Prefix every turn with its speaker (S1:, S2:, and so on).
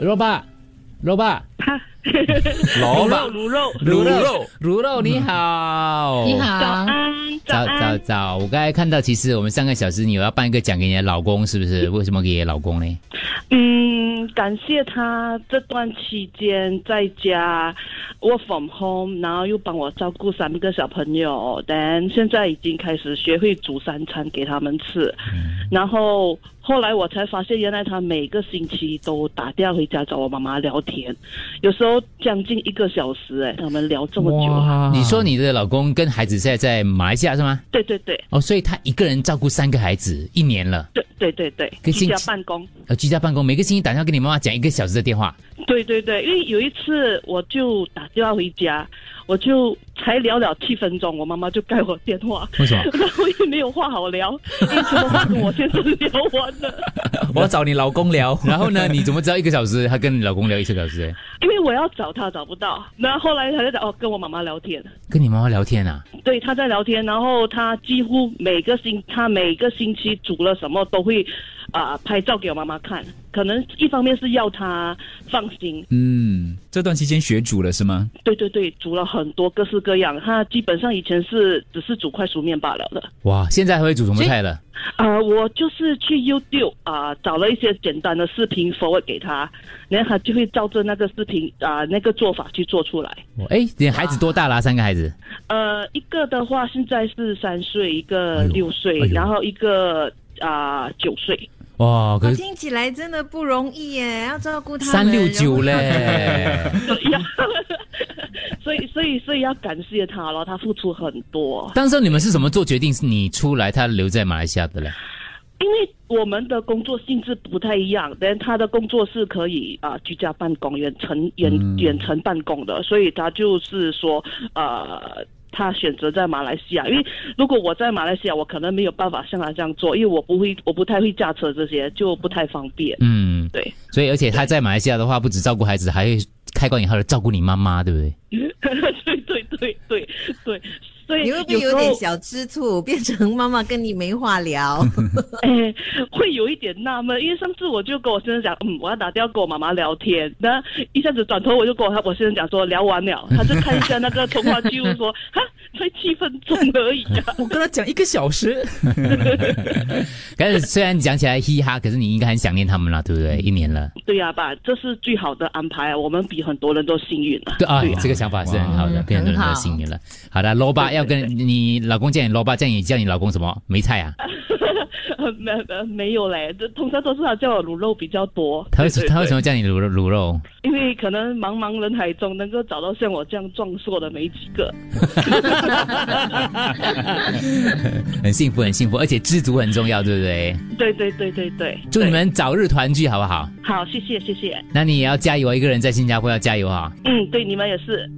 S1: 肉爸，肉爸，
S2: 哈，
S3: 老板
S2: 卤肉，
S3: 卤
S1: 肉
S3: 肉，
S1: 卤肉，你好，
S4: 你
S2: 早
S4: 好，
S3: 啊
S2: 安，
S1: 早早
S2: 安，
S1: 早，我刚才看到，其实我们上个小时你有要颁一个奖给你的老公，是不是？为什么给你的老公呢？
S2: 嗯，感谢他这段期间在家 work from home，然后又帮我照顾三个小朋友，但现在已经开始学会煮三餐给他们吃，
S3: 嗯
S2: 然后后来我才发现，原来他每个星期都打电话回家找我妈妈聊天，有时候将近一个小时、哎，他们聊这么久，
S3: 哇
S1: 你说你的老公跟孩子现在在马来西亚是吗？
S2: 对对对
S1: 哦，所以他一个人照顾三个孩子一年了，
S2: 对对对对，
S1: 可是
S2: 居
S1: 你
S2: 家办公。
S1: 呃，居家办公，每个星期打电话跟你妈妈讲一个小时的电话，
S2: 对对对，因为有一次我就打电话回家，我就才聊了七分钟，我妈妈就盖我电话，
S1: 为什么？
S2: 然后也没有话好聊，因为什么话跟我先生聊完了，
S3: 我找你老公聊，
S1: 然后呢？你怎么知道一个小时？他跟你老公聊一个小时，
S2: 因为我要找他找不到，然后后来他就讲哦跟我妈妈聊天，
S1: 跟你妈妈聊天啊？
S2: 对，他在聊天，然后他几乎每个星他每个星期煮了什么都会，啊、拍照给我妈妈看，可能一方面是要她放心，
S3: 嗯，这段期间学煮了是吗？
S2: 对对对，煮了很多各式各样，他基本上以前是只是煮快熟面罢了的。
S1: 哇，现在还会煮什么菜了？
S2: 呃，我就是去 YouTube 啊、找了一些简单的视频 forward 给他，然后他就会照着那个视频啊、那个做法去做出来。
S1: 哎，你孩子多大啦？三个孩子，
S2: 呃，一个的话现在是三岁，一
S1: 哎
S2: 个
S1: 呦
S2: 六岁，
S1: 哎呦
S2: 然后一个啊九、岁。
S1: 哇，可
S4: 我
S1: 是
S4: 听起来真的不容易耶，要照顾他们
S1: 三六九，嘞，
S2: 所以所以所以要感谢他咯，他付出很多。
S1: 当时你们是怎么做决定？是你出来，他留在马来西亚的嘞？
S2: 因为我们的工作性质不太一样，但他的工作是可以啊、居家办公、远程远远程办公的，所以他就是说呃。他选择在马来西亚，因为如果我在马来西亚，我可能没有办法像他这样做，因为我不会，我不太会驾车，这些就不太方便。
S1: 嗯，
S2: 对，
S1: 所以而且他在马来西亚的话，不止照顾孩子，还会开关以后的照顾你妈妈，对不对？
S2: 对对对对对，所以
S4: 你会不会
S2: 时
S4: 有
S2: 候
S4: 点小吃醋，变成妈妈跟你没话聊？
S2: 哎， 会有一点纳闷，因为上次我就跟我先生讲，嗯，我要打电话跟我妈妈聊天，那一下子转头我就跟我我先生讲说聊完了， 他就看一下那个通话记录说， 哈，才七分钟而已啊，
S3: 我跟他讲一个小时，
S1: 但是虽然讲起来嘻哈，可是你应该很想念他们啦，对不对？一年了，
S4: 嗯
S2: 对呀、吧，这是最好的安排，啊我们比很多人都幸运啊。
S1: 对啊
S2: 对，呀、
S1: 这个想法是很好的，
S4: 嗯
S1: 变成很多人
S4: 很
S1: 的
S4: 好
S1: 幸运了。好的，罗巴
S2: 对对
S1: 要跟你老公叫你罗巴，叫你叫你老公什么？梅菜啊？
S2: 没没没有嘞，这通常都是他叫我卤肉比较多。
S1: 他 为
S2: 对对
S1: 他为什
S2: 对
S1: 么叫你卤肉卤肉？
S2: 因为可能茫茫人海中能够找到像我这样壮硕的没几个。
S1: 很幸福，很幸福，而且知足很重要，对不对？
S2: 对对对对对，
S1: 祝你们早日团聚，好不好？
S2: 对好，谢谢谢谢。
S1: 那你也要加油，一个人在新加坡要加油哈。
S2: 嗯，对你们也是。